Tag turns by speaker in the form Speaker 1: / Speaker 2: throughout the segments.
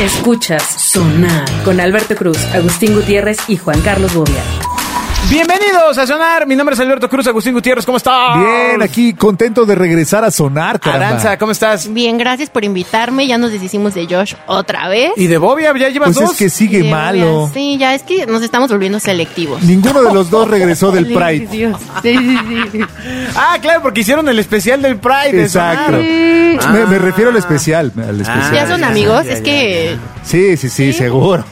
Speaker 1: Escuchas Sonar con Alberto Cruz, Agustín Gutiérrez y Juan Carlos Bobia.
Speaker 2: Bienvenidos a Sonar. Mi nombre es Alberto Cruz, Agustín Gutiérrez. ¿Cómo estás?
Speaker 3: Bien, aquí contento de regresar a sonar, caramba.
Speaker 2: Aranza, ¿cómo estás?
Speaker 4: Bien, gracias por invitarme. Ya nos deshicimos de Josh otra vez.
Speaker 2: Y de Bobia, ya llevas
Speaker 3: Pues
Speaker 2: dos.
Speaker 3: es que sigue
Speaker 4: Sí,
Speaker 3: malo.
Speaker 4: obvio. Sí, ya es que nos estamos volviendo selectivos.
Speaker 3: Ninguno de los dos regresó del
Speaker 4: Sí,
Speaker 3: Pride.
Speaker 4: Dios. Sí, sí, sí.
Speaker 2: Ah, claro, porque hicieron el especial del Pride. de
Speaker 3: Exacto.
Speaker 2: Sonar.
Speaker 3: Me, me refiero al especial, al especial.
Speaker 4: Ya son
Speaker 2: Ah. ya,
Speaker 4: amigos,
Speaker 2: ya,
Speaker 4: es
Speaker 2: ya,
Speaker 4: que
Speaker 3: Sí, sí, sí, seguro.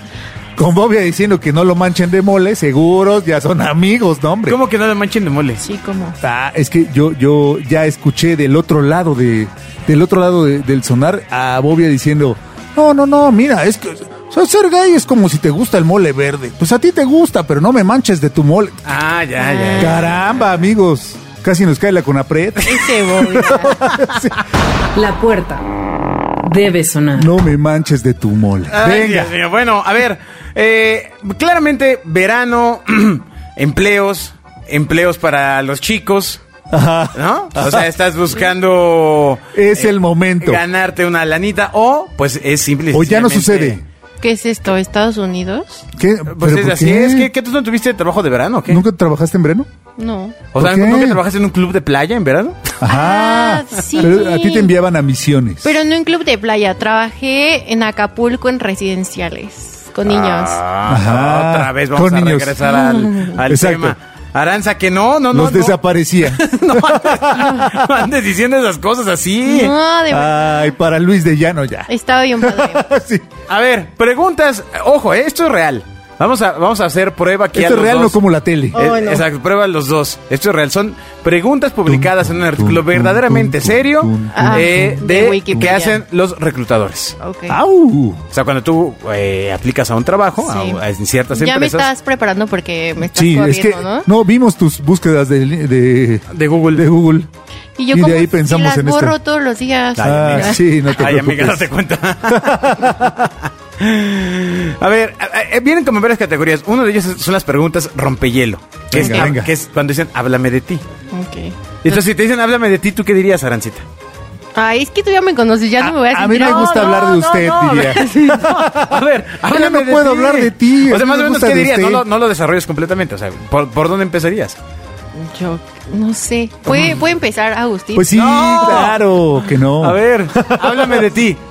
Speaker 3: Con Bobia diciendo que no lo manchen de mole, seguros, ya son amigos, ¿no, hombre?
Speaker 2: ¿Cómo que no le manchen de mole?
Speaker 4: sí, como
Speaker 3: Ah, es que yo, yo ya escuché del otro lado de, del otro lado de- del sonar a Bobia diciendo, no, no, no, mira, es que o sea, ser gay es como si te gusta el mole verde. Pues a ti te gusta, pero no me manches de tu mole.
Speaker 2: Ah, ya, ya. ya.
Speaker 3: Caramba, amigos. Casi nos cae la conapred.
Speaker 4: ese Bobia.
Speaker 1: La puerta debe sonar.
Speaker 3: No me manches de tu mole.
Speaker 2: Ay,
Speaker 3: Venga.
Speaker 2: Dios mío. Bueno, a ver. eh, claramente, verano, empleos, empleos para los chicos.
Speaker 3: Ajá.
Speaker 2: ¿No? O sea, estás buscando.
Speaker 3: Es el momento.
Speaker 2: Ganarte una lanita. O, pues es simple. y
Speaker 3: O ya no
Speaker 2: sencillamente-
Speaker 3: sucede.
Speaker 4: ¿Qué es esto? ¿Estados Unidos?
Speaker 3: ¿Qué?
Speaker 2: Pues
Speaker 3: ¿Pero
Speaker 2: es
Speaker 3: por
Speaker 2: así.
Speaker 3: qué?
Speaker 2: Es que, que tú no tuviste trabajo de verano, o ¿qué?
Speaker 3: ¿Nunca trabajaste en Breno?
Speaker 4: No.
Speaker 2: O sea,
Speaker 3: ¿Por qué?
Speaker 2: ¿nunca trabajaste en un club de playa en verano?
Speaker 3: Ajá.
Speaker 4: Ah, sí.
Speaker 3: Pero a ti te enviaban a misiones.
Speaker 4: Pero no en club de playa, trabajé en Acapulco en residenciales con niños.
Speaker 2: Ah,
Speaker 3: Ajá.
Speaker 2: Otra vez vamos
Speaker 3: Con
Speaker 2: a
Speaker 3: niños.
Speaker 2: regresar al, al
Speaker 3: Exacto.
Speaker 2: tema. Aranza, que no, no, no.
Speaker 3: Los
Speaker 2: no.
Speaker 3: desaparecía.
Speaker 2: No andes, no andes diciendo esas cosas así.
Speaker 4: No, Ah, de verdad.
Speaker 3: Ay, para Luis de Llano ya.
Speaker 4: Estaba bien padre.
Speaker 3: Sí.
Speaker 2: A ver, preguntas. Ojo, eh, esto es real. Vamos a, vamos a hacer prueba aquí a
Speaker 3: Esto es
Speaker 2: los
Speaker 3: real, no
Speaker 2: dos.
Speaker 3: como la tele.
Speaker 4: Oh,
Speaker 2: Eh, Exacto, prueba los dos. Esto es real. Son preguntas publicadas en un artículo verdaderamente serio
Speaker 4: tum,
Speaker 2: eh,
Speaker 4: tum, Ah, de
Speaker 2: de, que
Speaker 4: Wikipedia.
Speaker 2: hacen los reclutadores.
Speaker 4: Ok.
Speaker 3: Eh, Ah, ¡Au!
Speaker 2: O sea, cuando tú eh, aplicas a un trabajo,
Speaker 4: Sí.
Speaker 2: a, a- en ciertas
Speaker 4: Ya me
Speaker 2: empresas.
Speaker 4: estás preparando porque me estás
Speaker 3: Sí,
Speaker 4: corriendo,
Speaker 3: es que
Speaker 4: ¿no?
Speaker 3: no vimos tus búsquedas de, de,
Speaker 2: De Google.
Speaker 3: de Google.
Speaker 4: Y yo
Speaker 3: Y de
Speaker 4: como
Speaker 3: ahí
Speaker 4: si
Speaker 3: pensamos
Speaker 4: las
Speaker 3: en esto.
Speaker 4: borro todos los días.
Speaker 2: Ay,
Speaker 3: Ah,
Speaker 2: amiga.
Speaker 3: sí, no te
Speaker 2: Ay, amiga,
Speaker 3: preocupes.
Speaker 2: date cuenta. A ver, a- a- vienen como varias categorías. Una de ellas son las preguntas rompehielo. Que, es,
Speaker 3: Venga,
Speaker 2: ah,
Speaker 3: venga.
Speaker 2: que es cuando dicen, háblame de ti.
Speaker 4: Ok.
Speaker 2: Entonces, si te dicen, háblame de ti, ¿tú qué dirías, Arancita?
Speaker 4: Ay, es que tú ya me conoces, ya no me voy a
Speaker 3: a mí
Speaker 4: sentir-
Speaker 3: me
Speaker 4: No,
Speaker 3: gusta
Speaker 4: no.
Speaker 3: hablar de usted,
Speaker 2: no,
Speaker 3: diría.
Speaker 2: A ver, háblame
Speaker 3: no puedo hablar de ti,
Speaker 2: O
Speaker 3: a
Speaker 2: sea, más
Speaker 3: mí
Speaker 2: o
Speaker 3: me
Speaker 2: menos,
Speaker 3: gusta
Speaker 2: ¿qué
Speaker 3: de
Speaker 2: dirías? No
Speaker 3: usted.
Speaker 2: lo, no lo desarrolles completamente. O sea, ¿por, por dónde empezarías?
Speaker 4: Yo no sé. ¿Puede, puede empezar Agustín?
Speaker 3: Pues sí,
Speaker 2: No.
Speaker 3: claro que no.
Speaker 2: A ver, háblame de ti.
Speaker 4: No,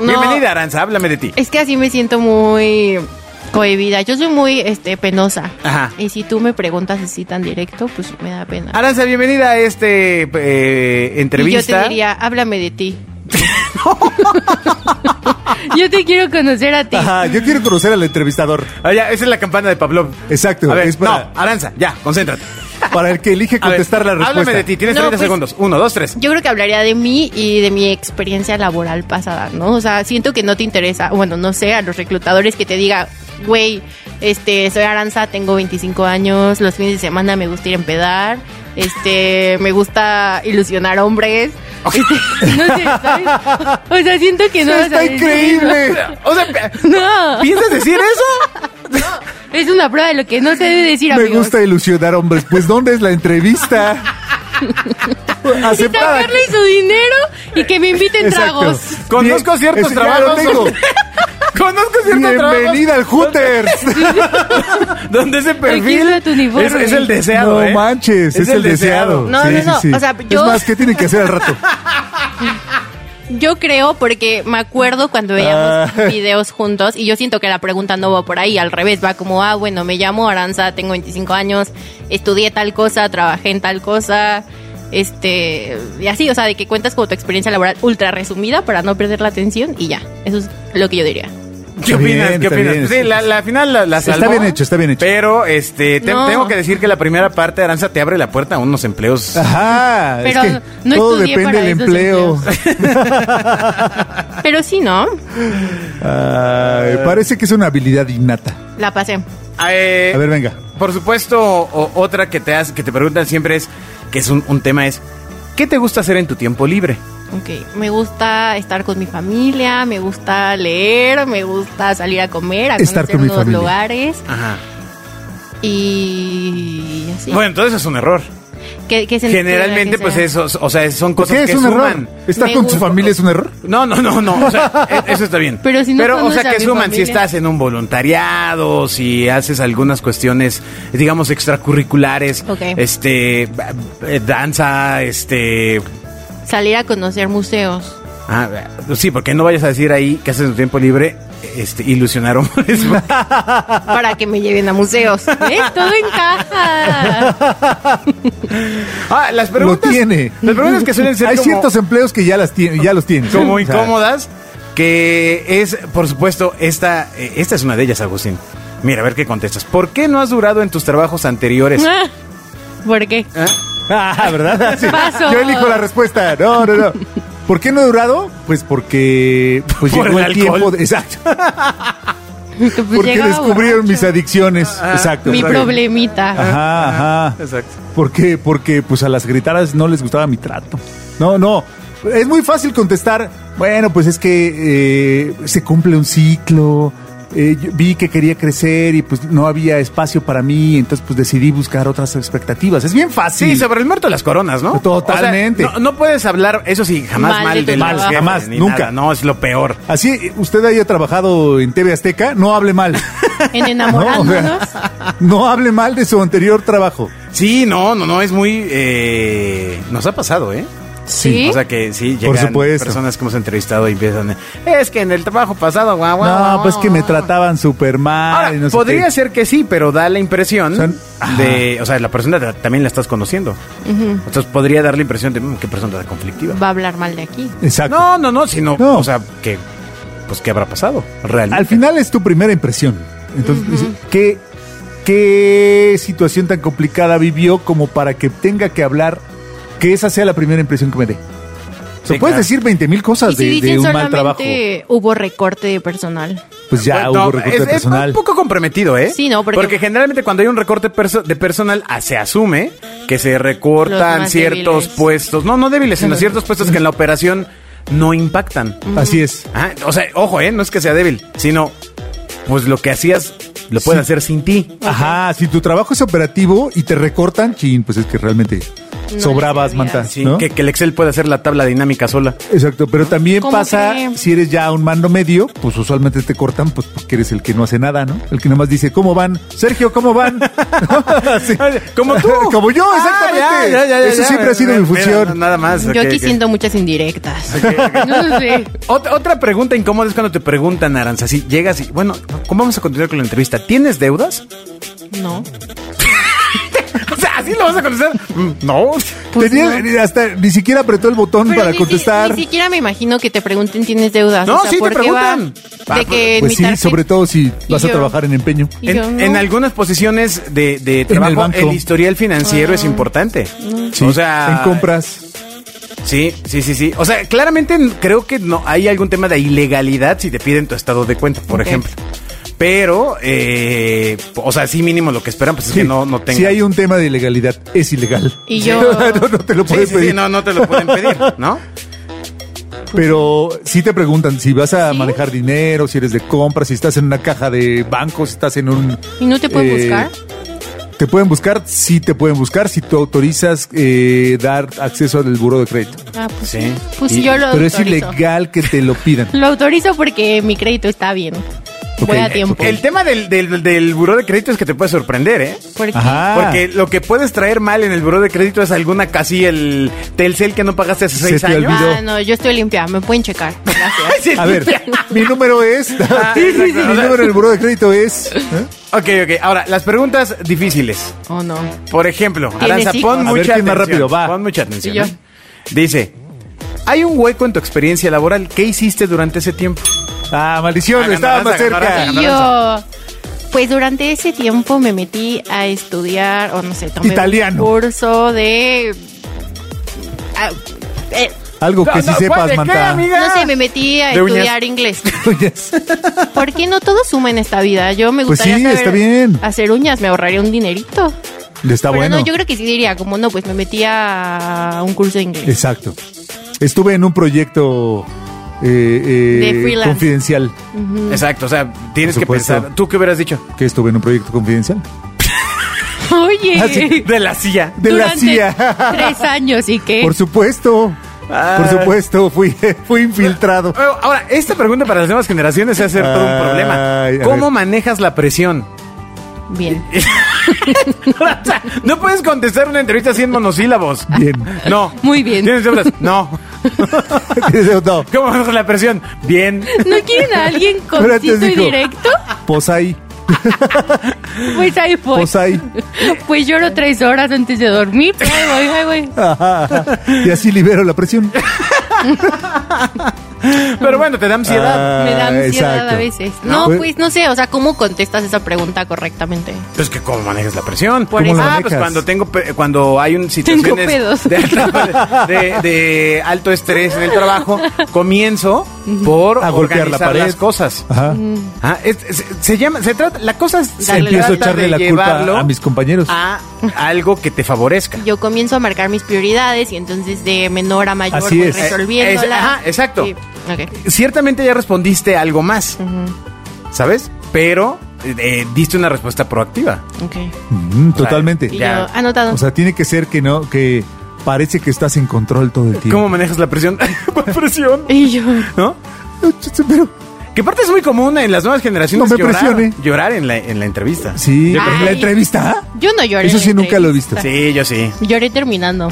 Speaker 4: Eh.
Speaker 2: Bienvenida, Aranza, háblame de ti.
Speaker 4: Es que así me siento muy cohibida. Yo soy muy este, penosa.
Speaker 2: Ajá.
Speaker 4: Y si tú me preguntas así tan directo, pues me da pena.
Speaker 3: Ah,
Speaker 2: Aranza, bienvenida a este eh,
Speaker 4: y yo
Speaker 2: entrevista.
Speaker 4: te diría, háblame de ti. yo te quiero conocer a ti.
Speaker 3: Ajá, yo quiero conocer al entrevistador.
Speaker 2: Ah, ya, esa es la campana de Pavlov.
Speaker 3: Exacto,
Speaker 2: A ver,
Speaker 3: es para-
Speaker 2: no, Aranza, ya, concéntrate.
Speaker 3: Para el que elige
Speaker 2: A ver,
Speaker 3: contestar la respuesta.
Speaker 2: Háblame de ti, tienes
Speaker 4: No,
Speaker 2: 30
Speaker 4: pues-
Speaker 2: segundos. Uno, dos, tres.
Speaker 4: Yo creo que hablaría de mí y de mi experiencia laboral pasada, ¿no? O sea, siento que no te interesa, bueno, no sé, a los reclutadores que te diga, güey, este, soy Aranza, tengo 25 años, los fines de semana me gusta ir a empedar, este, me gusta ilusionar hombres. este, no sé, ¿sabes? O sea, siento que no.
Speaker 3: Eso
Speaker 4: vas a
Speaker 3: está
Speaker 4: decir-
Speaker 3: increíble.
Speaker 2: O sea, pi-
Speaker 4: No,
Speaker 2: ¿piensas decir eso?
Speaker 4: es una prueba de lo que no se debe decir,
Speaker 3: Me
Speaker 4: amigos.
Speaker 3: gusta ilusionar hombres. Pues, ¿dónde es la entrevista?
Speaker 4: Y
Speaker 3: Aceptada.
Speaker 4: sacarle su dinero y que me inviten
Speaker 3: Exacto.
Speaker 4: tragos.
Speaker 2: Conozco
Speaker 3: Bien,
Speaker 2: ciertos
Speaker 3: ese ya lo
Speaker 2: trabajos.
Speaker 3: tengo.
Speaker 2: Conozco cierto
Speaker 3: Bienvenida al Hooters.
Speaker 2: trabajo donde ese perfil
Speaker 4: Aquí está tu uniforme.
Speaker 2: es, es el deseado.
Speaker 3: no
Speaker 2: ¿eh?
Speaker 3: manches, es, el deseado.
Speaker 4: No, no, no, o sea, yo-
Speaker 3: Es más, ¿qué tienen que hacer al rato?
Speaker 4: Yo creo porque me acuerdo cuando veíamos
Speaker 3: Ah.
Speaker 4: videos juntos y yo siento que la pregunta no va por ahí, al revés, va como, ah, bueno, me llamo Aranza, tengo 25 años, estudié tal cosa, trabajé en tal cosa, este, y así, o sea, de que cuentas como tu experiencia laboral ultra resumida para no perder la atención y ya, eso es lo que yo diría.
Speaker 2: ¿Qué
Speaker 3: Está
Speaker 2: opinas?
Speaker 3: bien,
Speaker 2: ¿Qué
Speaker 3: está
Speaker 2: opinas?
Speaker 3: bien.
Speaker 2: sí, la, la final la, la
Speaker 3: Está
Speaker 2: salvó,
Speaker 3: bien hecho, está bien hecho.
Speaker 2: Pero este, te-
Speaker 4: No.
Speaker 2: tengo que decir que la primera parte de Aranza te abre la puerta a unos empleos.
Speaker 3: Ah. Ajá.
Speaker 4: Pero
Speaker 3: es que
Speaker 4: no
Speaker 3: todo
Speaker 4: estudié
Speaker 3: depende
Speaker 4: para
Speaker 3: del
Speaker 4: esos
Speaker 3: empleo.
Speaker 4: Pero sí, ¿no?
Speaker 3: Ay, parece que es una habilidad innata.
Speaker 4: La pasé.
Speaker 2: Eh,
Speaker 3: A ver, venga.
Speaker 2: Por supuesto, o- otra que te, has- que te preguntan siempre es, que es un, un tema es, ¿qué te gusta hacer en tu tiempo libre?
Speaker 4: Ok, me gusta estar con mi familia, me gusta leer, me gusta salir a comer, a
Speaker 3: Estar
Speaker 4: conocer
Speaker 3: con mi
Speaker 4: nuevos
Speaker 3: familia.
Speaker 4: lugares
Speaker 2: Ajá.
Speaker 4: y así.
Speaker 2: Bueno, entonces es un error.
Speaker 4: ¿Qué- qué se entera,
Speaker 2: Generalmente,
Speaker 4: qué
Speaker 2: pues
Speaker 4: sea?
Speaker 2: eso, o sea, son
Speaker 3: ¿Por
Speaker 2: cosas
Speaker 3: qué?
Speaker 2: que
Speaker 3: Pues Es un
Speaker 2: suman.
Speaker 3: error. ¿Estar
Speaker 4: Me
Speaker 3: con tu
Speaker 4: gusta.
Speaker 3: familia es un error?
Speaker 2: No, no, no, no. O sea, e- eso está bien.
Speaker 4: Pero si no
Speaker 2: o sea,
Speaker 4: conoces a
Speaker 2: que
Speaker 4: mi
Speaker 2: suman si
Speaker 4: familia.
Speaker 2: estás en un voluntariado, si haces algunas cuestiones, digamos, extracurriculares,
Speaker 4: Ok.
Speaker 2: este, ba- eh, danza, este.
Speaker 4: Salir a conocer museos.
Speaker 2: ah, eh, sí, porque no vayas a decir ahí que haces tu tiempo libre, este, ilusionar hombres.
Speaker 4: para que me lleven a museos. ¿Eh? Todo encaja.
Speaker 2: ah, las preguntas.
Speaker 3: Lo tiene.
Speaker 2: Las preguntas que suelen ser
Speaker 3: Hay
Speaker 2: como-
Speaker 3: ciertos empleos que ya, las tiene, ya los tienes.
Speaker 2: como
Speaker 3: O sea,
Speaker 2: incómodas, que es, por supuesto, esta, eh, esta es una de ellas, Agustín. Mira, a ver qué contestas. ¿Por qué no has durado en tus trabajos anteriores?
Speaker 4: Ah. ¿Por qué?
Speaker 2: ¿Eh?
Speaker 3: Ah, ¿verdad? Sí.
Speaker 4: Paso.
Speaker 3: Yo elijo la respuesta. No, no, no. ¿Por qué no he durado? Pues porque pues
Speaker 2: Por
Speaker 3: llegó
Speaker 2: el
Speaker 3: el,
Speaker 2: alcohol.
Speaker 3: tiempo. de- exacto.
Speaker 4: Pues
Speaker 3: porque
Speaker 4: llegaba
Speaker 3: descubrieron
Speaker 4: borracho.
Speaker 3: mis adicciones.
Speaker 2: Ah,
Speaker 3: exacto.
Speaker 4: Mi
Speaker 3: Está bien.
Speaker 4: problemita.
Speaker 3: Ajá, ajá.
Speaker 2: Exacto.
Speaker 3: ¿Por qué? Porque pues a las secretarias no les gustaba mi trato. No, no. Es muy fácil contestar. Bueno, pues es que eh, se cumple un ciclo. eh, yo vi que quería crecer y pues no había espacio para mí, entonces pues decidí buscar otras expectativas. Es bien fácil.
Speaker 2: Sí, sobre el muerto de las coronas, ¿no?
Speaker 3: Totalmente.
Speaker 2: O sea, no, no puedes hablar, eso sí, jamás
Speaker 4: Mal
Speaker 2: mal,
Speaker 4: de tu
Speaker 2: de
Speaker 4: trabajo.
Speaker 2: los jefes,
Speaker 3: Jamás,
Speaker 2: ni
Speaker 3: nunca.
Speaker 2: nada, no, es lo peor.
Speaker 3: Así, usted haya trabajado en TV Azteca, no hable mal.
Speaker 4: En
Speaker 3: No, o sea,
Speaker 4: enamorándonos.
Speaker 3: no hable mal de su anterior trabajo.
Speaker 2: Sí, no, no, no, es muy... eh, nos ha pasado, ¿eh?
Speaker 4: Sí.
Speaker 2: O sea que sí,
Speaker 3: Por
Speaker 2: llegan
Speaker 3: supuesto.
Speaker 2: personas que hemos entrevistado y empiezan... Es que en el trabajo pasado, guau, guau,
Speaker 3: No,
Speaker 2: guau,
Speaker 3: pues que me
Speaker 2: guau".
Speaker 3: trataban súper mal.
Speaker 2: Ahora,
Speaker 3: y Ah, no sé
Speaker 2: podría
Speaker 3: qué.
Speaker 2: ser que sí, pero da la impresión
Speaker 3: Son- Ajá.
Speaker 2: de... O sea, la persona ta- también la estás conociendo. Entonces podría dar la impresión de "Mm, qué persona tan conflictiva.
Speaker 4: Va a hablar mal de aquí.
Speaker 3: Exacto.
Speaker 2: No, no, no, sino...
Speaker 3: No.
Speaker 2: O sea, que... Pues qué habrá pasado, realmente.
Speaker 3: Al final es tu primera impresión. Entonces, ¿qué, ¿qué situación tan complicada vivió como para que tenga que hablar que esa sea la primera impresión que me dé? O sea,
Speaker 2: Sí,
Speaker 3: puedes
Speaker 2: claro.
Speaker 3: decir 20 mil
Speaker 4: Y
Speaker 3: cosas
Speaker 4: si
Speaker 3: de, de
Speaker 4: dicen
Speaker 3: un mal trabajo.
Speaker 4: solamente hubo recorte de personal.
Speaker 3: Pues ya
Speaker 2: Bueno,
Speaker 3: hubo
Speaker 2: es,
Speaker 3: recorte
Speaker 2: es
Speaker 3: personal.
Speaker 2: un poco comprometido, ¿eh?
Speaker 4: Sí, no, porque-
Speaker 2: generalmente cuando hay un recorte perso- de personal ah, se asume que se
Speaker 4: Los
Speaker 2: recortan
Speaker 4: más
Speaker 2: ciertos
Speaker 4: débiles.
Speaker 2: puestos, no, no débiles, sino ciertos puestos que en la operación no impactan.
Speaker 3: Así es.
Speaker 2: Ah, o sea, ojo, ¿eh? No es que sea débil, sino pues lo que hacías lo puedes
Speaker 3: Sí.
Speaker 2: hacer sin ti.
Speaker 3: Ajá, si tu trabajo es operativo y te recortan, chin, pues es que realmente
Speaker 4: No
Speaker 3: sobrabas,
Speaker 4: les servía.
Speaker 3: manta.
Speaker 2: Sí,
Speaker 3: ¿no?
Speaker 2: que, que el Excel puede hacer la tabla dinámica sola.
Speaker 3: Exacto, pero también
Speaker 4: ¿Cómo
Speaker 3: pasa
Speaker 4: cree?
Speaker 3: si eres ya un mando medio, pues usualmente te cortan, pues porque eres el que no hace nada, ¿no? El que nomás dice, ¿cómo van? Sergio, ¿cómo van? Sí.
Speaker 2: Como tú.
Speaker 3: Como yo,
Speaker 2: Ah,
Speaker 3: exactamente.
Speaker 2: ya, ya, ya,
Speaker 3: Eso
Speaker 2: ya,
Speaker 3: siempre ha sido
Speaker 2: mira,
Speaker 3: mi función.
Speaker 2: no, nada más.
Speaker 4: Yo
Speaker 2: ok,
Speaker 4: aquí
Speaker 2: ok.
Speaker 4: siento muchas indirectas. No sé.
Speaker 2: Ot- otra pregunta incómoda es cuando te preguntan, Aranza, si llegas y, bueno, ¿cómo vamos a continuar con la entrevista? ¿Tienes deudas?
Speaker 4: No.
Speaker 2: O sea, así lo vas a contestar. Mm, No.
Speaker 4: Pues
Speaker 3: Tenía-
Speaker 4: no.
Speaker 3: hasta ni siquiera apretó el botón
Speaker 4: Pero
Speaker 3: para
Speaker 4: ni si-
Speaker 3: contestar.
Speaker 4: ni siquiera me imagino que te pregunten tienes deudas.
Speaker 2: No,
Speaker 4: o sea,
Speaker 2: sí te
Speaker 4: ¿por qué va?
Speaker 2: preguntan. Ah,
Speaker 4: De que
Speaker 3: pues
Speaker 4: mi
Speaker 3: sí,
Speaker 4: tarjeta-
Speaker 3: sobre todo si
Speaker 4: Y
Speaker 3: vas a
Speaker 4: yo-
Speaker 3: trabajar en empeño.
Speaker 4: y
Speaker 2: En,
Speaker 4: yo, no.
Speaker 2: en algunas posiciones de, de
Speaker 3: el
Speaker 2: trabajo,
Speaker 3: banco.
Speaker 2: el, historial financiero
Speaker 4: Ah.
Speaker 2: es importante.
Speaker 3: Sí,
Speaker 4: Mm.
Speaker 2: O sea,
Speaker 3: en compras.
Speaker 2: Sí, sí, sí, sí. O sea, claramente n- creo que no hay algún tema de ilegalidad si te piden tu estado de cuenta, por
Speaker 4: Ok.
Speaker 2: ejemplo. Pero, eh, o sea, sí mínimo lo que esperan, pues es que no, no tengan.
Speaker 3: si hay un tema de ilegalidad, es ilegal.
Speaker 4: Y yo-
Speaker 3: no, no te lo
Speaker 2: Sí,
Speaker 3: puedes
Speaker 2: sí, sí,
Speaker 3: pedir.
Speaker 2: no, no te lo pueden pedir, ¿no?
Speaker 3: Pero sí te preguntan si vas a
Speaker 4: ¿Sí?
Speaker 3: manejar dinero, si eres de compra, si estás en una caja de bancos, si estás en un...
Speaker 4: ¿Y no te pueden
Speaker 3: Eh,
Speaker 4: buscar?
Speaker 3: ¿Te pueden buscar? Sí, te pueden buscar si tú autorizas eh, dar acceso al buro de crédito.
Speaker 4: Ah, pues
Speaker 2: Sí.
Speaker 4: sí. Pues
Speaker 2: Y-
Speaker 4: sí, yo lo
Speaker 3: Pero es
Speaker 4: autorizo.
Speaker 3: ilegal que te lo pidan.
Speaker 4: Lo autorizo porque mi crédito está bien. Voy a tiempo.
Speaker 2: El tema del, del, del buró de crédito es que te puede sorprender, ¿eh?
Speaker 4: Porque
Speaker 3: Ajá.
Speaker 2: Porque lo que puedes traer mal en el buró de crédito es alguna casi el Telcel que no pagaste hace
Speaker 3: Se
Speaker 2: seis
Speaker 3: te
Speaker 2: años.
Speaker 3: olvidó.
Speaker 4: Ah, no, yo estoy limpia. Me pueden checar. Gracias.
Speaker 2: Sí,
Speaker 3: A ver, mi número es...
Speaker 2: Ah,
Speaker 3: Sí, sí, sí,
Speaker 2: exacto.
Speaker 3: mi número del buro de crédito es... ¿eh?
Speaker 2: Ok, ok. Ahora, las preguntas difíciles.
Speaker 4: ¿O Oh, no?
Speaker 2: Por ejemplo,
Speaker 4: ¿Tienes
Speaker 2: Aranza,
Speaker 4: hijos?
Speaker 2: pon
Speaker 3: A ver,
Speaker 2: mucha
Speaker 3: ¿quién
Speaker 2: atención.
Speaker 3: más rápido? Va.
Speaker 2: Pon mucha atención.
Speaker 4: Sí, yo.
Speaker 2: ¿eh? Dice, hay un hueco en tu experiencia laboral. ¿Qué hiciste durante ese tiempo?
Speaker 3: Ah, maldición,
Speaker 2: Hagan
Speaker 3: estaba
Speaker 2: raza,
Speaker 3: más
Speaker 2: hagan raza.
Speaker 3: cerca.
Speaker 4: Y yo... Pues durante ese tiempo me metí a estudiar, o no sé, tomé
Speaker 3: Italiano.
Speaker 4: un curso de... ah, eh,
Speaker 3: Algo
Speaker 2: No,
Speaker 3: que sí
Speaker 2: no, ¿cuál de
Speaker 3: sepas,
Speaker 2: qué,
Speaker 3: Manta.
Speaker 2: amiga?
Speaker 4: no sé, me metí a
Speaker 2: De uñas.
Speaker 4: estudiar inglés.
Speaker 3: Oyes.
Speaker 4: Porque no todo suma en esta vida. Yo me
Speaker 3: Pues
Speaker 4: gustaría
Speaker 3: sí,
Speaker 4: saber
Speaker 3: está bien.
Speaker 4: hacer uñas, me ahorraría un dinerito.
Speaker 3: Está
Speaker 4: Pero
Speaker 3: bueno.
Speaker 4: no, yo creo que sí diría, como no, pues me metí a un curso de inglés.
Speaker 3: Exacto. Estuve en un proyecto eh, eh,
Speaker 4: De freelance.
Speaker 3: confidencial.
Speaker 2: Exacto, o sea, tienes
Speaker 3: Por
Speaker 2: que
Speaker 3: supuesto.
Speaker 2: pensar. ¿Tú qué hubieras dicho?
Speaker 3: ¿Qué estuve en un proyecto confidencial?
Speaker 4: Oye.
Speaker 2: Así, de la silla.
Speaker 3: de la
Speaker 4: durante
Speaker 3: CIA.
Speaker 4: Tres años y qué.
Speaker 3: Por supuesto.
Speaker 2: Ah.
Speaker 3: Por supuesto, fui, fui infiltrado.
Speaker 2: Bueno, Ahora, esta pregunta para las nuevas generaciones se hace todo un
Speaker 3: Ay, a
Speaker 2: problema.
Speaker 3: ver.
Speaker 2: ¿Cómo manejas la presión?
Speaker 4: Bien.
Speaker 2: O sea, no puedes contestar una entrevista así en monosílabos.
Speaker 3: Bien.
Speaker 2: No.
Speaker 4: Muy bien.
Speaker 2: ¿Tienes dudas? No.
Speaker 3: no,
Speaker 2: ¿Cómo manejas la presión? Bien.
Speaker 4: ¿No quieren a alguien
Speaker 3: Pero antes
Speaker 4: conciso y
Speaker 3: dijo-
Speaker 4: directo?
Speaker 3: pues ahí,
Speaker 4: Pues ahí voy.
Speaker 3: pues ahí.
Speaker 4: Pues lloro tres horas antes de dormir. pero Ahí voy, ahí voy.
Speaker 3: Y así libero la presión.
Speaker 2: Pero bueno, te da ansiedad.
Speaker 3: Ah,
Speaker 4: Me da ansiedad
Speaker 3: exacto.
Speaker 4: a veces. No,
Speaker 3: Pues-
Speaker 4: pues no sé, o sea, ¿cómo contestas esa pregunta correctamente?
Speaker 2: Pues que cómo manejas la presión.
Speaker 4: Por
Speaker 3: ¿Cómo eso. la
Speaker 2: Ah, pues
Speaker 3: manejas?
Speaker 2: cuando tengo pe- cuando hay un situaciones
Speaker 4: pedos.
Speaker 2: De, alta- de- de alto estrés en el trabajo, comienzo por
Speaker 3: A golpear la
Speaker 2: organizar
Speaker 3: pared.
Speaker 2: las cosas.
Speaker 3: Ajá.
Speaker 2: Ah, es- se, se llama, se trata, la cosa es se
Speaker 4: Darle
Speaker 3: Empiezo a
Speaker 2: trata
Speaker 3: echarle
Speaker 2: de
Speaker 3: la
Speaker 2: llevarlo Ah.
Speaker 3: culpa a mis compañeros.
Speaker 2: a algo que te favorezca.
Speaker 4: Yo comienzo a marcar mis prioridades y entonces de menor a mayor
Speaker 3: Así
Speaker 4: voy
Speaker 3: es.
Speaker 4: resolviéndolas.
Speaker 2: Eh, es- ajá, exacto.
Speaker 4: Sí, ok.
Speaker 2: Ciertamente ya respondiste algo más, ¿sabes? Pero eh, diste una respuesta proactiva.
Speaker 4: Ok.
Speaker 3: Mm, totalmente.
Speaker 4: Y
Speaker 2: Ya.
Speaker 4: yo, anotado.
Speaker 3: O sea, tiene que ser que no, que parece que estás en control todo el tiempo.
Speaker 2: ¿Cómo manejas la presión? Con presión,
Speaker 4: y yo,
Speaker 2: ¿no?
Speaker 3: Pero
Speaker 2: Que parte es muy común en las nuevas generaciones
Speaker 3: No me
Speaker 2: llorar,
Speaker 3: presione.
Speaker 2: llorar en la, en la entrevista.
Speaker 3: sí,
Speaker 2: Yo creo-
Speaker 3: en la entrevista.
Speaker 4: yo no lloré.
Speaker 3: Eso
Speaker 4: en la
Speaker 3: sí nunca lo he
Speaker 4: entrevista.
Speaker 3: visto.
Speaker 2: Sí, yo sí.
Speaker 4: Lloré terminando.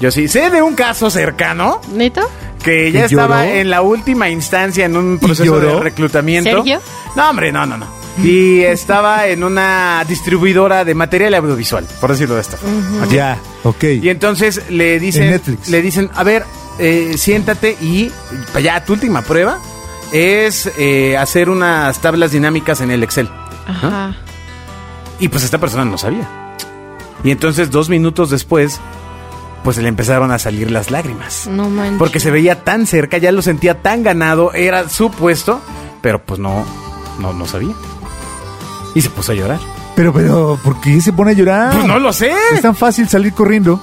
Speaker 2: Yo sí. Sé de un caso cercano
Speaker 4: ¿Neto?
Speaker 2: que ya
Speaker 3: ¿Que
Speaker 2: estaba
Speaker 3: lloró?
Speaker 2: en la última instancia en un proceso
Speaker 3: lloró?
Speaker 2: de reclutamiento.
Speaker 4: ¿Sergio?
Speaker 2: No, hombre, no, no, no. Y estaba en una distribuidora de material audiovisual, por decirlo de esta forma.
Speaker 3: Ya, ok.
Speaker 2: Y entonces le
Speaker 3: En
Speaker 2: dicen,
Speaker 3: Netflix.
Speaker 2: le dicen, a ver, eh, siéntate y pa- ya tu última prueba es eh, hacer unas tablas dinámicas en el Excel.
Speaker 4: Ajá.
Speaker 2: Y pues esta persona no sabía. Y entonces dos minutos después, pues le empezaron a salir las lágrimas.
Speaker 3: Mm.
Speaker 4: No manches.
Speaker 2: Porque se veía tan cerca, ya lo sentía tan ganado, era su puesto, pero pues no, no, no sabía. Y se puso a llorar.
Speaker 3: Pero, pero, ¿por qué se pone a llorar?
Speaker 2: Pues no lo sé.
Speaker 3: Es tan fácil salir corriendo.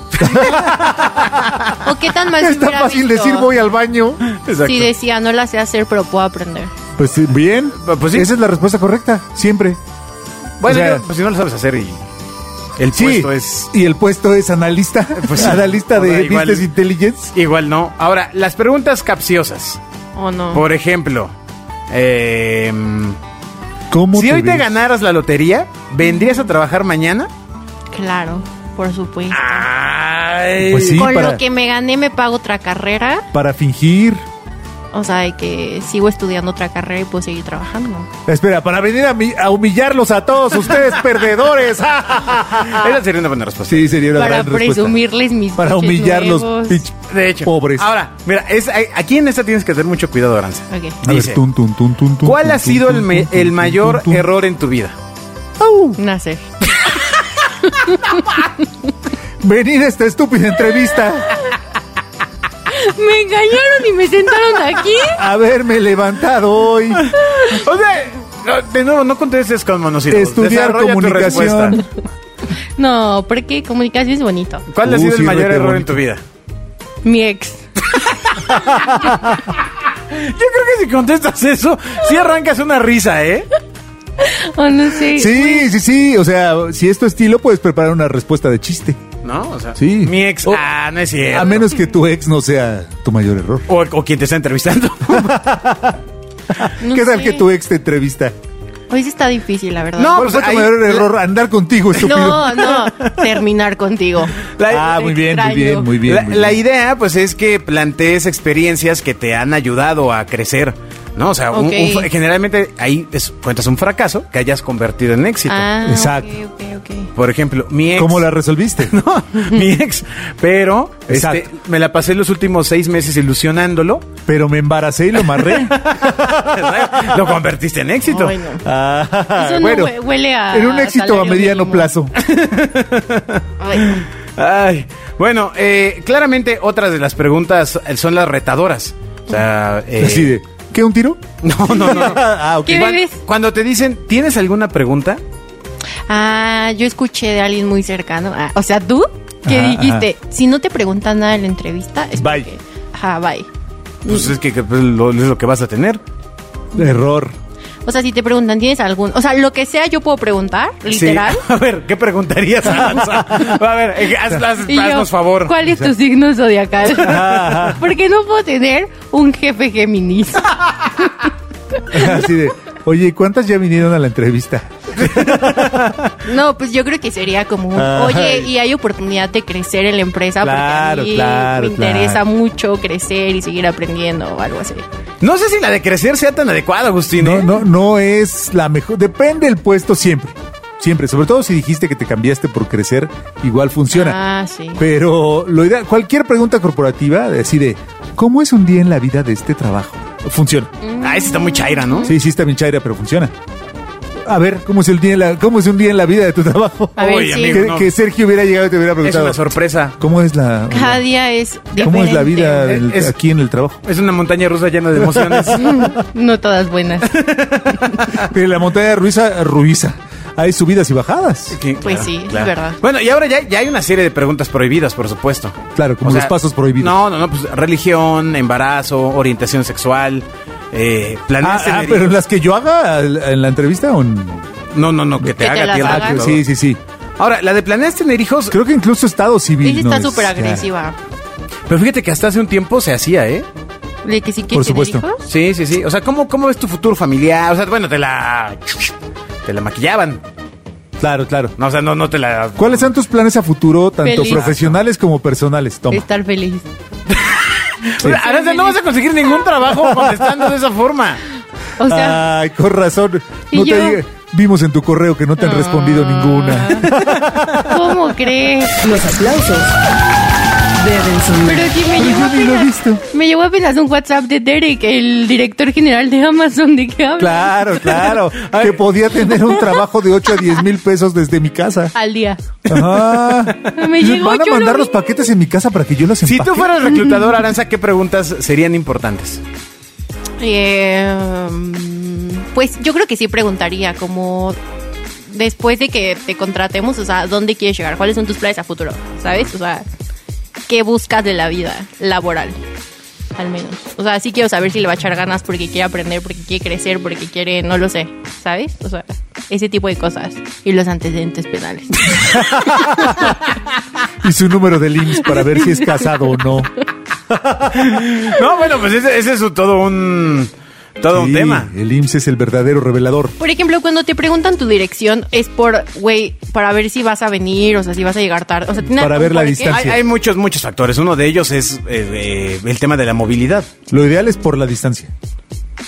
Speaker 4: ¿O qué tan mal se
Speaker 3: Es tan
Speaker 4: hubiera
Speaker 3: fácil
Speaker 4: visto
Speaker 3: decir voy al baño.
Speaker 2: Exacto.
Speaker 4: Si decía, no la sé hacer, pero puedo aprender.
Speaker 3: Pues sí, bien.
Speaker 2: Pues sí.
Speaker 3: Esa es la respuesta correcta, siempre.
Speaker 2: Bueno,
Speaker 3: o sea-
Speaker 2: pues si no lo sabes hacer y el
Speaker 3: Sí.
Speaker 2: puesto es
Speaker 3: Y el puesto es analista.
Speaker 2: Pues sí.
Speaker 3: analista
Speaker 2: O sea,
Speaker 3: de
Speaker 2: igual-
Speaker 3: Business Intelligence.
Speaker 2: Igual no. Ahora, las preguntas capciosas.
Speaker 4: ¿O
Speaker 3: Ah.
Speaker 4: no?
Speaker 2: Por ejemplo, em,
Speaker 3: ¿Cómo
Speaker 2: si hoy te
Speaker 3: ves?
Speaker 2: ganaras la lotería, ¿vendrías a trabajar mañana?
Speaker 4: Claro, por supuesto.
Speaker 2: Ay.
Speaker 3: Pues Ah, sí,
Speaker 4: Con
Speaker 3: para,
Speaker 4: lo que me gané, me pago otra carrera.
Speaker 3: para fingir.
Speaker 4: O sea, de que sigo estudiando otra carrera y puedo seguir trabajando.
Speaker 3: Espera, para venir a, mi- a humillarlos a todos ustedes perdedores.
Speaker 2: Esa sería una buena respuesta.
Speaker 3: sí, sería una
Speaker 4: Para
Speaker 3: gran respuesta.
Speaker 4: presumirles mis
Speaker 3: Para
Speaker 4: coches
Speaker 3: humillarlos.
Speaker 4: nuevos.
Speaker 3: pinche-
Speaker 2: De hecho.
Speaker 3: Pobres.
Speaker 2: Ahora, mira, es, aquí en esta tienes que tener mucho cuidado, Aranza.
Speaker 4: Ok.
Speaker 3: A ver,
Speaker 2: Dice,
Speaker 3: tun, tun, tun, tun, tun,
Speaker 2: ¿Cuál
Speaker 3: tun,
Speaker 2: ha
Speaker 3: tun,
Speaker 2: sido
Speaker 3: tun,
Speaker 2: el, me-
Speaker 3: tun,
Speaker 2: el
Speaker 3: tun,
Speaker 2: mayor
Speaker 3: tun, tun.
Speaker 2: error en tu vida?
Speaker 3: Au,
Speaker 4: Nacer.
Speaker 3: venir a esta estúpida entrevista.
Speaker 4: Me engañaron y me sentaron aquí.
Speaker 3: Haberme levantado hoy.
Speaker 2: O sea, no, de nuevo, no contestes con monosílabos.
Speaker 3: Estudiar
Speaker 2: Desarrolla tu
Speaker 3: comunicación.
Speaker 2: respuesta.
Speaker 4: No, porque comunicación es bonito.
Speaker 2: ¿Cuál ha
Speaker 3: Uh,
Speaker 2: sido
Speaker 3: sí,
Speaker 2: el mayor
Speaker 3: vete
Speaker 2: error en
Speaker 3: bonito.
Speaker 2: tu vida?
Speaker 4: Mi ex.
Speaker 2: Yo creo que si contestas eso, sí arrancas una risa, ¿eh?
Speaker 4: O Oh, no sé.
Speaker 3: Sí, sí, sí. O sea, si es tu estilo, puedes preparar una respuesta de chiste.
Speaker 2: ¿No? O sea,
Speaker 3: Sí.
Speaker 2: mi ex.
Speaker 3: O-
Speaker 2: ah, no es cierto.
Speaker 3: A menos que tu ex no sea tu mayor error.
Speaker 2: O, o quien te está entrevistando.
Speaker 4: No
Speaker 3: ¿Qué tal
Speaker 4: sé.
Speaker 3: que tu ex te entrevista?
Speaker 4: Hoy sí está difícil, la verdad.
Speaker 2: No,
Speaker 3: ¿Cuál
Speaker 2: pues
Speaker 3: fue tu
Speaker 2: ahí-
Speaker 3: mayor error? Andar contigo, estúpido.
Speaker 4: no, no. Terminar contigo.
Speaker 2: La,
Speaker 3: ah,
Speaker 4: te
Speaker 3: muy bien, muy
Speaker 4: extraño.
Speaker 3: bien, muy bien.
Speaker 2: la-
Speaker 3: muy
Speaker 2: la
Speaker 3: bien.
Speaker 2: idea, pues, es que plantees experiencias que te han ayudado a crecer. ¿No? O sea, un-
Speaker 4: Ok.
Speaker 2: un fra- generalmente ahí es- cuentas un fracaso que hayas convertido en éxito.
Speaker 4: Ah,
Speaker 3: Exacto.
Speaker 4: ok, ok, ok.
Speaker 2: Por ejemplo, mi ex.
Speaker 3: ¿Cómo la resolviste?
Speaker 2: No, mi ex. Pero
Speaker 3: Exacto.
Speaker 2: este, me la pasé los últimos seis meses ilusionándolo.
Speaker 3: Pero me embaracé y lo amarré.
Speaker 2: Lo convertiste en éxito.
Speaker 4: Ay, no.
Speaker 3: Ah,
Speaker 4: Eso no
Speaker 3: bueno,
Speaker 4: hue- huele a
Speaker 3: en un éxito a
Speaker 4: Ah, salario
Speaker 3: mediano
Speaker 4: mínimo.
Speaker 3: plazo.
Speaker 4: Ay.
Speaker 2: Ay, bueno, eh, claramente otras de las preguntas eh, son las retadoras. O sea, eh,
Speaker 3: Así de, ¿qué, un tiro?
Speaker 2: No, no, no. no.
Speaker 3: ah, ok.
Speaker 4: ¿Qué
Speaker 2: Cuan-
Speaker 4: bebes?
Speaker 2: Cuando te dicen, ¿tienes alguna pregunta?
Speaker 4: Ah, yo escuché de alguien muy cercano. Ah, o sea, tú que
Speaker 3: Ajá,
Speaker 4: dijiste, si no te preguntan nada en la entrevista, es
Speaker 3: Bye.
Speaker 4: porque- Ajá, bye.
Speaker 2: Pues es que, que, pues, lo, es lo que vas a tener.
Speaker 3: Error.
Speaker 4: O sea, si te preguntan, ¿tienes algún? O sea, lo que sea yo puedo preguntar, literal.
Speaker 2: Sí. A ver, ¿qué preguntarías, Aranza? A ver, eh, haz- haz-
Speaker 4: Y yo,
Speaker 2: haznos favor.
Speaker 4: ¿Cuál es tu signo zodiacal? Porque no puedo tener un jefe Géminis.
Speaker 3: Así de, oye, ¿y ¿cuántas ya vinieron a la entrevista?
Speaker 4: No, pues yo creo que sería como un,
Speaker 3: Ay.
Speaker 4: oye, y hay oportunidad de crecer en la empresa
Speaker 3: Claro,
Speaker 4: porque a mí
Speaker 3: claro,
Speaker 4: me interesa
Speaker 3: claro.
Speaker 4: mucho crecer y seguir aprendiendo o algo así.
Speaker 2: No sé si la de crecer sea tan adecuada, Agustín.
Speaker 3: No,
Speaker 2: ¿eh?
Speaker 3: no, no es la mejor. Depende el puesto siempre. Siempre. Sobre todo si dijiste que te cambiaste por crecer, igual funciona.
Speaker 4: Ah, sí.
Speaker 3: Pero lo ideal, cualquier pregunta corporativa, así de, ¿cómo es un día en la vida de este trabajo? Funciona.
Speaker 2: Ah, esa está muy chaira, ¿no?
Speaker 3: Sí, sí está bien chaira, pero funciona. A ver, ¿cómo es, el día en la- ¿cómo es un día en la vida de tu trabajo?
Speaker 4: A ver,
Speaker 2: Uy,
Speaker 4: sí.
Speaker 2: amigo,
Speaker 3: Que,
Speaker 2: no.
Speaker 3: que Sergio hubiera llegado y te hubiera
Speaker 2: es
Speaker 3: preguntado.
Speaker 2: una sorpresa.
Speaker 3: ¿Cómo es la,
Speaker 4: Cada día es diferente.
Speaker 3: ¿cómo es la vida del-
Speaker 2: Es-
Speaker 3: aquí en el trabajo?
Speaker 2: Es una montaña rusa llena de emociones.
Speaker 4: Mm, No todas buenas.
Speaker 3: En la montaña ruiza, ruiza. Hay subidas y bajadas.
Speaker 2: Sí,
Speaker 4: Pues sí, es verdad.
Speaker 2: Bueno, y ahora ya, ya hay una serie de preguntas prohibidas, por supuesto.
Speaker 3: Claro, como
Speaker 2: O
Speaker 3: los
Speaker 2: sea,
Speaker 3: pasos prohibidos.
Speaker 2: No, no, no, pues religión, embarazo, orientación sexual, eh,
Speaker 3: Ah,
Speaker 2: planeas
Speaker 3: ah,
Speaker 2: tener
Speaker 3: pero
Speaker 2: hijos.
Speaker 3: las que yo haga al- en la entrevista o en- Ah,
Speaker 2: No, no, no, que te
Speaker 4: te
Speaker 2: haga
Speaker 4: las
Speaker 2: tierra.
Speaker 4: hagan.
Speaker 2: y todo.
Speaker 3: Sí, sí, sí.
Speaker 2: Ahora, la de planeas tener hijos,
Speaker 3: Creo que incluso Estado Civil.
Speaker 4: Ella
Speaker 3: no
Speaker 4: está
Speaker 3: es-
Speaker 4: súper
Speaker 3: ya.
Speaker 4: agresiva.
Speaker 2: pero fíjate que hasta hace un tiempo se hacía, ¿eh?
Speaker 4: ¿De que si
Speaker 3: Por
Speaker 4: quieres tener
Speaker 3: supuesto.
Speaker 4: hijos?
Speaker 2: Sí, sí, sí. O sea, ¿cómo, cómo ves tu futuro familiar? O sea, bueno, te la... Te la maquillaban.
Speaker 3: Claro, claro.
Speaker 2: No, o sea, no, no te la...
Speaker 3: ¿Cuáles son tus planes a futuro, tanto
Speaker 4: Feliz.
Speaker 3: profesionales como personales? Toma.
Speaker 4: Estar feliz.
Speaker 2: Aranza, no vas a conseguir ningún trabajo contestando de esa forma.
Speaker 4: O sea,
Speaker 3: Ay, con razón.
Speaker 4: ¿Y
Speaker 3: No te
Speaker 4: yo? Ah.
Speaker 3: diga- Vimos en tu correo que no te han respondido ninguna.
Speaker 4: ¿cómo crees?
Speaker 1: Los aplausos deben sonar.
Speaker 4: Pero si me
Speaker 3: Pero yo
Speaker 4: llegó
Speaker 3: ni lo he
Speaker 4: apenas,
Speaker 3: visto.
Speaker 4: me llegó apenas un WhatsApp de Derek, el director general de Amazon, ¿de qué habla?
Speaker 3: Claro, claro. Que podía tener un trabajo de 8 a 10 mil pesos desde mi casa.
Speaker 4: Al día.
Speaker 3: Ajá.
Speaker 4: Me llegó,
Speaker 3: Van a
Speaker 4: yo lo
Speaker 3: mandar los
Speaker 4: vi.
Speaker 3: paquetes en mi casa para que yo los
Speaker 2: Si
Speaker 3: empaque.
Speaker 2: tú fueras reclutador, Aranza, ¿qué preguntas serían importantes?
Speaker 4: Eh, mm, pues yo creo que sí preguntaría, como después de que te contratemos, o sea, ¿dónde quieres llegar? ¿Cuáles son tus planes a futuro? ¿Sabes? O sea, ¿qué buscas de la vida laboral? Al menos. O sea, sí quiero saber si le va a echar ganas porque quiere aprender, porque quiere crecer, porque quiere, no lo sé, ¿sabes? O sea, ese tipo de cosas. Y los antecedentes penales.
Speaker 3: Y su número de IMSS para ver si es casado o no.
Speaker 2: No, bueno, pues ese, ese es su- todo un... Todo un
Speaker 3: Sí,
Speaker 2: tema.
Speaker 3: El IMSS es el verdadero revelador.
Speaker 4: Por ejemplo, cuando te preguntan tu dirección, es por, güey, para ver si vas a venir, o sea, si vas a llegar tarde. O sea, tiene
Speaker 3: Para
Speaker 4: algún
Speaker 3: ver la
Speaker 4: por qué.
Speaker 3: distancia.
Speaker 2: Hay, hay muchos, muchos factores. Uno de ellos es eh, eh, el tema de la movilidad.
Speaker 3: Lo ideal es por la distancia.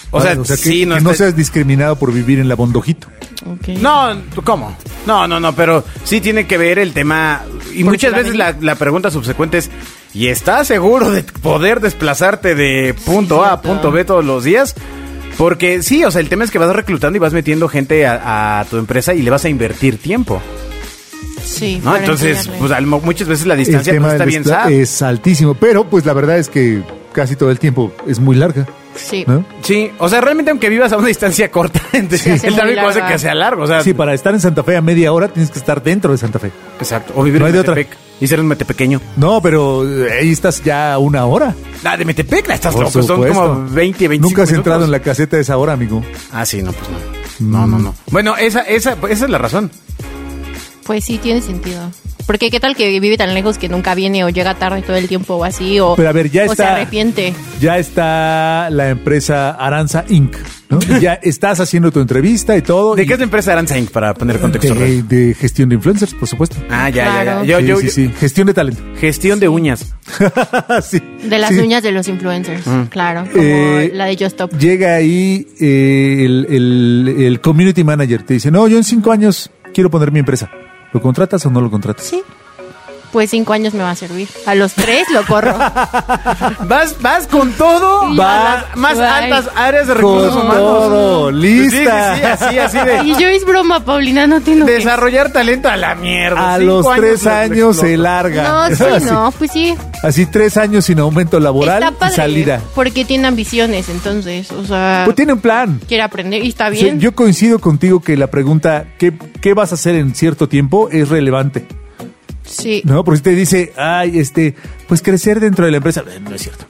Speaker 2: O sea,
Speaker 3: Vale, que,
Speaker 2: sí, no,
Speaker 3: que no
Speaker 2: está-
Speaker 3: seas discriminado por vivir en la bondojito.
Speaker 4: Ok.
Speaker 2: No, ¿tú ¿cómo? No, no, no, pero sí tiene que ver el tema. Y
Speaker 4: Porque
Speaker 2: muchas
Speaker 4: la
Speaker 2: veces
Speaker 4: avenida-
Speaker 2: la, la pregunta subsecuente es: ¿y estás seguro de poder desplazarte de punto A a
Speaker 4: cierto.
Speaker 2: punto B todos los días? Porque sí, o sea, el tema es que vas reclutando y vas metiendo gente a, a tu empresa y le vas a invertir tiempo,
Speaker 4: Sí.
Speaker 2: ¿no?
Speaker 4: para
Speaker 2: Entonces,
Speaker 4: enseñarle.
Speaker 2: pues al mo- muchas veces la
Speaker 3: El
Speaker 2: distancia no
Speaker 3: tema
Speaker 2: está
Speaker 3: del
Speaker 2: bien
Speaker 3: desplaz-
Speaker 2: sab.
Speaker 3: es altísimo, pero pues la verdad es que casi todo el tiempo es muy larga,
Speaker 4: Sí.
Speaker 3: ¿no?
Speaker 2: Sí, o sea, realmente aunque vivas a una distancia corta,
Speaker 4: hace
Speaker 2: el
Speaker 4: muy
Speaker 2: tráfico hace
Speaker 4: larga.
Speaker 2: que sea largo, o sea,
Speaker 3: Sí, para estar en Santa Fe a media hora tienes que estar dentro de Santa Fe.
Speaker 2: exacto. O vivir en
Speaker 3: No hay de otra.
Speaker 2: Metepec y ser un metepequeño.
Speaker 3: No, pero eh, ahí estás ya a una hora.
Speaker 2: Ah, de Metepec, la estás
Speaker 3: Por
Speaker 2: loco, son
Speaker 3: supuesto.
Speaker 2: como 20, 25
Speaker 3: Nunca has
Speaker 2: minutos.
Speaker 3: entrado en la Mm. caseta a esa hora, amigo.
Speaker 2: Ah, sí, no, pues no. No, no, no. Bueno, esa, esa, esa es la razón.
Speaker 4: Pues sí, tiene sentido. Porque qué tal que vive tan lejos que nunca viene o llega tarde todo el tiempo o así o,
Speaker 3: Pero a ver, ya
Speaker 4: o se
Speaker 3: está-
Speaker 4: arrepiente.
Speaker 3: Ya está la empresa Aranza Inc. ¿no? Y Ya estás haciendo tu entrevista y todo.
Speaker 2: ¿De
Speaker 3: y-
Speaker 2: qué es la empresa Aranza Inc. para poner contexto?
Speaker 3: de, de gestión de influencers, por supuesto.
Speaker 2: Ah, ya, ya, ya.
Speaker 4: Claro.
Speaker 2: Yo,
Speaker 3: sí,
Speaker 2: yo,
Speaker 3: sí,
Speaker 2: yo-
Speaker 3: sí. Gestión de talento.
Speaker 2: Gestión de uñas.
Speaker 3: Sí,
Speaker 4: De las
Speaker 3: sí.
Speaker 4: uñas de los influencers,
Speaker 2: Mm.
Speaker 4: claro. Como
Speaker 3: Eh,
Speaker 4: la de Just Stop.
Speaker 3: Llega ahí eh, el, el- el community manager, te dice, no, yo en cinco años quiero poner mi empresa. ¿Lo contratas o no lo contratas?
Speaker 4: Sí. Pues cinco años me va a servir. A los tres lo corro.
Speaker 2: Vas, vas con todo.
Speaker 4: Sí,
Speaker 2: Va,
Speaker 4: vas-
Speaker 2: más
Speaker 4: bye.
Speaker 2: altas áreas de
Speaker 3: Con
Speaker 2: recursos humanos. Pues
Speaker 3: todo,
Speaker 2: Sí, sí,
Speaker 3: lista.
Speaker 2: sí, así, así
Speaker 4: y
Speaker 2: de
Speaker 4: yo es broma, Paulina, no tiene
Speaker 2: desarrollar talento a la mierda.
Speaker 3: A
Speaker 2: Cinco
Speaker 3: los tres
Speaker 2: lo- lo
Speaker 3: años se
Speaker 2: explota.
Speaker 3: larga.
Speaker 4: No, sí,
Speaker 3: así,
Speaker 4: no, pues sí.
Speaker 3: así tres años sin aumento laboral
Speaker 4: Está
Speaker 3: y
Speaker 4: padre.
Speaker 3: salida.
Speaker 4: Porque tiene ambiciones, entonces, o sea,
Speaker 3: Pues tiene un plan.
Speaker 4: quiere aprender y está
Speaker 3: O sea,
Speaker 4: bien.
Speaker 3: yo coincido contigo que la pregunta, ¿qué, ¿qué vas a hacer en cierto tiempo? Es relevante.
Speaker 4: sí.
Speaker 3: No, porque usted dice, ay, este, pues crecer dentro de la empresa. Eh, No es cierto.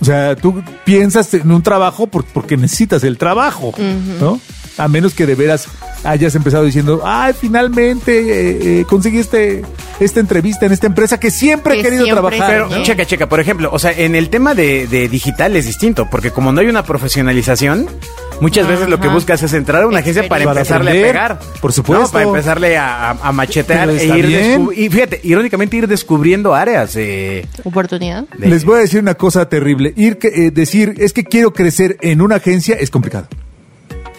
Speaker 3: O sea, tú piensas en un trabajo por- porque necesitas el trabajo, ¿no? A menos que de veras hayas empezado diciendo, ay, finalmente eh, eh, conseguí este, esta entrevista en esta empresa que siempre he
Speaker 4: Que
Speaker 3: querido
Speaker 4: siempre
Speaker 3: trabajar.
Speaker 2: Pero
Speaker 4: ¿no?
Speaker 2: checa, checa, por ejemplo, o sea, en el tema de, de digital es distinto, porque como no hay una profesionalización, muchas veces lo que
Speaker 4: Ajá.
Speaker 2: buscas es entrar a una agencia para,
Speaker 3: Para
Speaker 2: empezarle
Speaker 3: aprender,
Speaker 2: a pegar.
Speaker 3: por supuesto.
Speaker 2: No, para empezarle a, a- a machetear
Speaker 3: Pero
Speaker 2: e
Speaker 3: está
Speaker 2: ir
Speaker 3: bien.
Speaker 2: descu- Y fíjate, irónicamente ir descubriendo áreas. eh,
Speaker 4: Oportunidad.
Speaker 2: de-
Speaker 3: Les voy a decir una cosa terrible. Ir que- eh, decir es que quiero crecer en una agencia es complicado.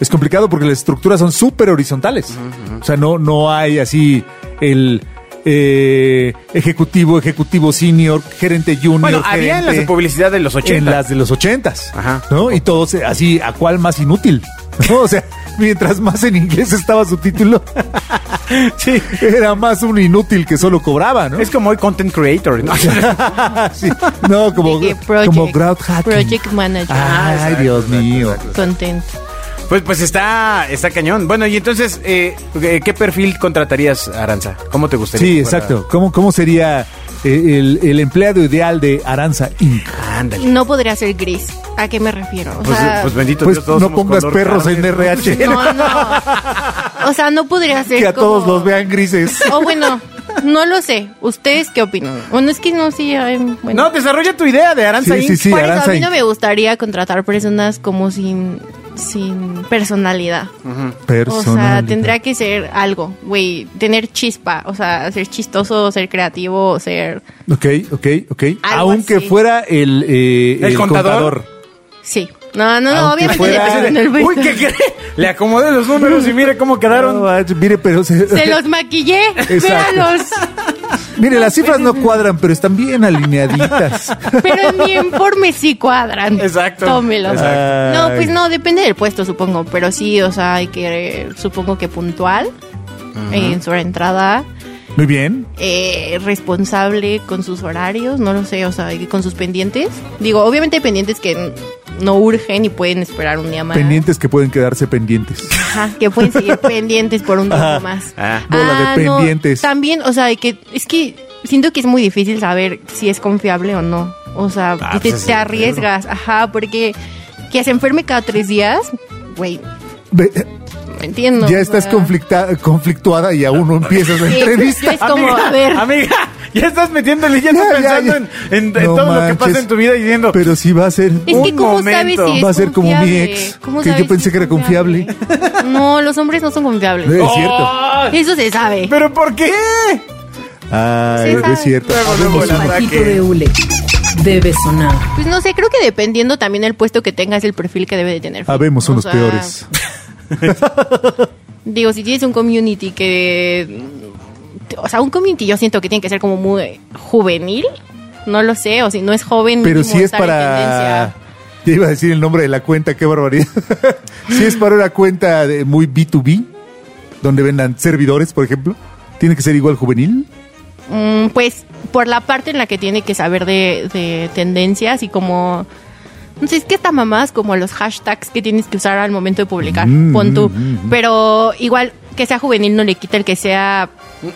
Speaker 3: Es complicado porque las estructuras son súper horizontales. O sea, no, no hay así el eh, ejecutivo, ejecutivo senior, gerente junior.
Speaker 2: Bueno, había en las de
Speaker 3: gerente-
Speaker 2: publicidad de los 80.
Speaker 3: en las de los ochentas,
Speaker 2: Ajá.
Speaker 3: ¿no? Y todos eh, así, ¿a cuál más inútil? ¿No? O sea, mientras más en inglés estaba su título,
Speaker 2: Sí.
Speaker 3: era más un inútil que solo cobraba, ¿no?
Speaker 2: Es como hoy content creator, ¿no?
Speaker 3: Sí. No, como,
Speaker 4: Dije,
Speaker 3: como crowd hacking.
Speaker 4: Project manager.
Speaker 3: Ay,
Speaker 2: exacto,
Speaker 3: Dios
Speaker 2: exacto,
Speaker 3: mío.
Speaker 2: exacto.
Speaker 4: Contento.
Speaker 2: Pues, pues está, está cañón. Bueno, y entonces, eh, ¿qué perfil contratarías, Aranza? ¿Cómo te gustaría?
Speaker 3: Sí,
Speaker 2: que fuera?
Speaker 3: exacto. ¿Cómo, cómo sería eh, el, el empleado ideal de Aranza Inc?
Speaker 2: Ándale.
Speaker 4: No podría ser gris. ¿A qué me refiero? O
Speaker 2: Pues,
Speaker 4: sea,
Speaker 2: pues bendito
Speaker 3: Pues
Speaker 2: Dios, todos
Speaker 3: no
Speaker 2: somos
Speaker 3: pongas
Speaker 2: color
Speaker 3: perros en
Speaker 2: carne, ¿no?
Speaker 3: RH,
Speaker 4: no, no. O sea, no podría ser.
Speaker 3: que a
Speaker 4: como-
Speaker 3: todos los vean grises.
Speaker 4: O bueno, no lo sé. ¿Ustedes qué opinan? Bueno, es que no, sí. ay, bueno.
Speaker 2: No, desarrolla tu idea de Aranza
Speaker 3: Sí,
Speaker 2: Inc.
Speaker 3: sí, sí,
Speaker 4: Por eso, a
Speaker 3: Aranza
Speaker 4: mí no
Speaker 3: Inc.
Speaker 4: me gustaría contratar personas como sin, sin personalidad. O sea,
Speaker 3: Personalidad.
Speaker 4: tendría que ser algo, güey, tener chispa, o sea, ser chistoso, ser creativo, ser...
Speaker 3: Ok, ok, ok.
Speaker 4: Algo
Speaker 3: Aunque
Speaker 4: así.
Speaker 3: fuera el, eh,
Speaker 2: ¿El contador?
Speaker 4: Sí. No, no, no,
Speaker 3: Aunque
Speaker 4: obviamente...
Speaker 3: fuera-
Speaker 4: le pegan el beso.
Speaker 2: Uy, ¿qué cree? Le acomodé los números y mire cómo quedaron.
Speaker 3: No, ay, Ah, mire, pero se-
Speaker 4: Se los maquillé,
Speaker 3: Exacto.
Speaker 4: véanlos.
Speaker 3: mire, las cifras no cuadran, pero están bien alineaditas.
Speaker 4: Pero en mi informe sí cuadran.
Speaker 2: Exacto.
Speaker 4: Tómelo.
Speaker 3: Exacto.
Speaker 4: No, pues no, depende del puesto, supongo. Pero sí, o sea, hay que, eh, supongo que puntual eh, en su entrada.
Speaker 3: Muy bien.
Speaker 4: eh, responsable con sus horarios, no lo sé, o sea, y con sus pendientes. Digo, obviamente hay pendientes que n- no urgen y pueden esperar un día más.
Speaker 3: Pendientes que pueden quedarse pendientes.
Speaker 4: Ajá, que pueden seguir pendientes por un tiempo más.
Speaker 2: ah,
Speaker 3: bola de
Speaker 4: no,
Speaker 3: pendientes.
Speaker 4: también, o sea, de que es que siento que es muy difícil saber si es confiable o no. O sea,
Speaker 2: Ah,
Speaker 4: te,
Speaker 2: pues es
Speaker 4: te
Speaker 2: el
Speaker 4: arriesgas, ajá, porque que se enferme cada tres días, güey,
Speaker 3: Ve,
Speaker 4: me entiendo.
Speaker 3: ya
Speaker 4: o
Speaker 3: estás
Speaker 4: sea.
Speaker 3: conflicta- conflictuada y aún no empiezas la
Speaker 4: Sí,
Speaker 3: entrevista.
Speaker 4: yo es como,
Speaker 2: amiga,
Speaker 4: a ver.
Speaker 2: amiga, ya estás metiéndole, ya
Speaker 3: Ya,
Speaker 2: estás
Speaker 3: ya,
Speaker 2: pensando
Speaker 3: ya.
Speaker 2: en, en- en
Speaker 3: No
Speaker 2: todo lo que
Speaker 3: manches.
Speaker 2: pasa en tu vida y diciendo,
Speaker 3: Pero sí va a ser.
Speaker 4: Es que
Speaker 2: Un
Speaker 4: cómo sabes
Speaker 2: momento.
Speaker 4: si es
Speaker 3: Va a ser como mi
Speaker 4: confiable?
Speaker 3: ex,
Speaker 4: ¿Cómo
Speaker 3: que yo
Speaker 4: sabes
Speaker 3: pensé
Speaker 4: si
Speaker 3: que era
Speaker 4: es No, los hombres no son confiables.
Speaker 3: No es
Speaker 2: ¡Oh!
Speaker 3: cierto.
Speaker 4: Eso se sabe.
Speaker 2: ¿pero por qué?
Speaker 3: Ay,
Speaker 4: Sí
Speaker 3: no
Speaker 4: sabe.
Speaker 3: es cierto.
Speaker 2: Luego, luego
Speaker 3: Hablemos
Speaker 2: el
Speaker 1: El
Speaker 3: un-
Speaker 1: patito
Speaker 2: ataque.
Speaker 1: de hule debe sonar.
Speaker 4: Pues no sé, creo que dependiendo también el puesto que tengas, el perfil que debe de tener.
Speaker 3: Habemos
Speaker 4: O
Speaker 3: unos
Speaker 4: sea,
Speaker 3: peores.
Speaker 4: Digo, si tienes un community que... O sea, un community yo siento que tiene que ser como muy juvenil. No lo sé, o si no es joven...
Speaker 3: Pero
Speaker 4: mínimo
Speaker 3: si es
Speaker 4: estar en
Speaker 3: para.
Speaker 4: tendencia.
Speaker 3: Ya iba a decir el nombre de la cuenta, qué barbaridad. si es para una cuenta de muy B2B, donde vendan servidores, por ejemplo, tiene que ser igual juvenil.
Speaker 4: Mm, pues por la parte en la que tiene que saber de, de tendencias y como... No sé, es que esta mamás como los hashtags que tienes que usar al momento de publicar,
Speaker 3: Mm,
Speaker 4: pon tú.
Speaker 3: mm, mm.
Speaker 4: Pero igual que sea juvenil no le quita el que sea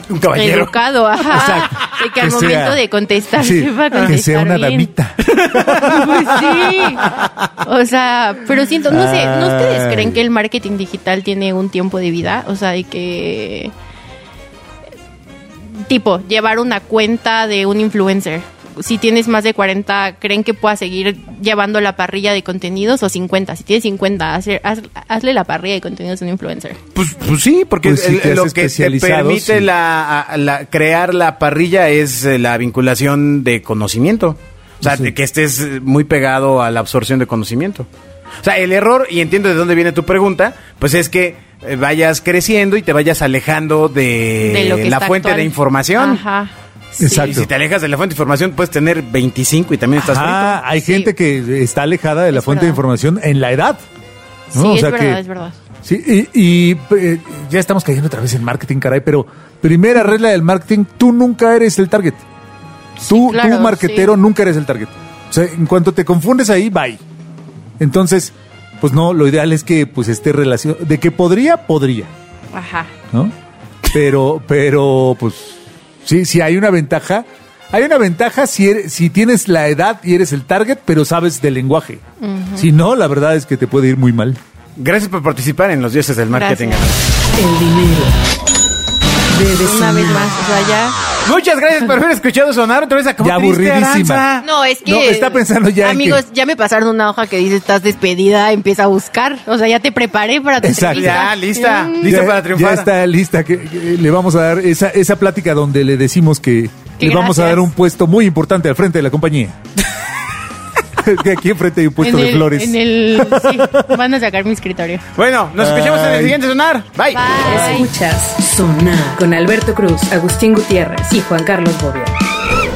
Speaker 2: Un caballero.
Speaker 4: educado, ajá.
Speaker 3: Exacto.
Speaker 4: De que al
Speaker 3: Que sea-
Speaker 4: momento de contestar
Speaker 3: Sí,
Speaker 4: sepa contestar
Speaker 3: que sea una
Speaker 4: bien.
Speaker 3: damita.
Speaker 4: Pues sí. O sea, pero siento, no sé, ¿no ustedes
Speaker 3: Ay.
Speaker 4: creen que el marketing digital tiene un tiempo de vida? O sea, de que tipo llevar una cuenta de un influencer. Si tienes más de 40, ¿creen que puedas seguir llevando la parrilla de contenidos? O 50. Si tienes 50, hacer- haz- hazle la parrilla de contenidos a un influencer.
Speaker 2: Pues, pues sí, porque
Speaker 3: Pues sí,
Speaker 2: el-
Speaker 3: te has
Speaker 2: lo que te
Speaker 3: especializado,
Speaker 2: permite
Speaker 3: sí.
Speaker 2: la, a- la- crear la parrilla es eh, la vinculación de conocimiento. O sea,
Speaker 3: Sí.
Speaker 2: de que estés eh, muy pegado a la absorción de conocimiento. O sea, el error, y entiendo de dónde viene tu pregunta, pues es que eh, vayas creciendo y te vayas alejando de,
Speaker 4: De lo que
Speaker 2: Eh, la
Speaker 4: está
Speaker 2: fuente
Speaker 4: actual.
Speaker 2: de información.
Speaker 4: Ajá. Sí.
Speaker 2: Y
Speaker 3: Exacto.
Speaker 2: si te alejas de la fuente de información, puedes tener 25 y también estás frito.
Speaker 3: Ah, hay
Speaker 4: Sí.
Speaker 3: gente que está alejada de la
Speaker 4: Es
Speaker 3: fuente de
Speaker 4: verdad.
Speaker 3: información en la edad. ¿no?
Speaker 4: Sí,
Speaker 3: O
Speaker 4: es
Speaker 3: sea
Speaker 4: verdad,
Speaker 3: que-
Speaker 4: es verdad.
Speaker 3: Sí, y, y, eh, ya estamos cayendo otra vez en marketing, caray, pero primera regla del marketing, tú nunca eres el target. Tú,
Speaker 4: claro,
Speaker 3: tú marketero,
Speaker 4: sí.
Speaker 3: nunca eres el target. O sea, en cuanto te confundes ahí, bye. Entonces, pues no, lo ideal es que pues esté relación... De que podría, podría,
Speaker 4: Ajá.
Speaker 3: ¿no? Pero, pero, pues, sí, sí hay una ventaja. Hay una ventaja si, eres- si tienes la edad y eres el target, pero sabes del lenguaje. Si no, la verdad es que te puede ir muy mal.
Speaker 2: Gracias por participar en Los Dioses del Marketing.
Speaker 4: Gracias.
Speaker 1: El dinero debe
Speaker 4: Una vez
Speaker 1: sonar.
Speaker 4: más, o sea, ya.
Speaker 2: Muchas gracias por haber escuchado sonar otra vez a como
Speaker 3: Ya
Speaker 2: triste
Speaker 3: aburridísima.
Speaker 2: Aranza.
Speaker 4: No, es que.
Speaker 3: No, está pensando ya en
Speaker 4: Amigos, ya me pasaron una hoja que dice estás despedida, empieza a buscar. O sea, ya te preparé para tu
Speaker 3: Exacto.
Speaker 4: entrevista.
Speaker 2: Ya, lista.
Speaker 4: Mm.
Speaker 2: Lista
Speaker 3: Ya-
Speaker 2: para triunfar.
Speaker 3: Ya está lista. Que, que le vamos a dar esa, esa plática donde le decimos que,
Speaker 4: Que
Speaker 3: le vamos a
Speaker 4: gracias.
Speaker 3: dar un puesto muy importante al frente de la compañía. que aquí enfrente hay un puesto
Speaker 4: En
Speaker 3: de
Speaker 4: el-
Speaker 3: flores.
Speaker 4: En el. Sí, van a sacar mi escritorio.
Speaker 2: Bueno, nos escuchamos en el
Speaker 3: Bye.
Speaker 2: siguiente sonar. Bye.
Speaker 4: Bye.
Speaker 1: Escuchas Sonar con Alberto Cruz, Agustín Gutiérrez y Juan Carlos Bobia.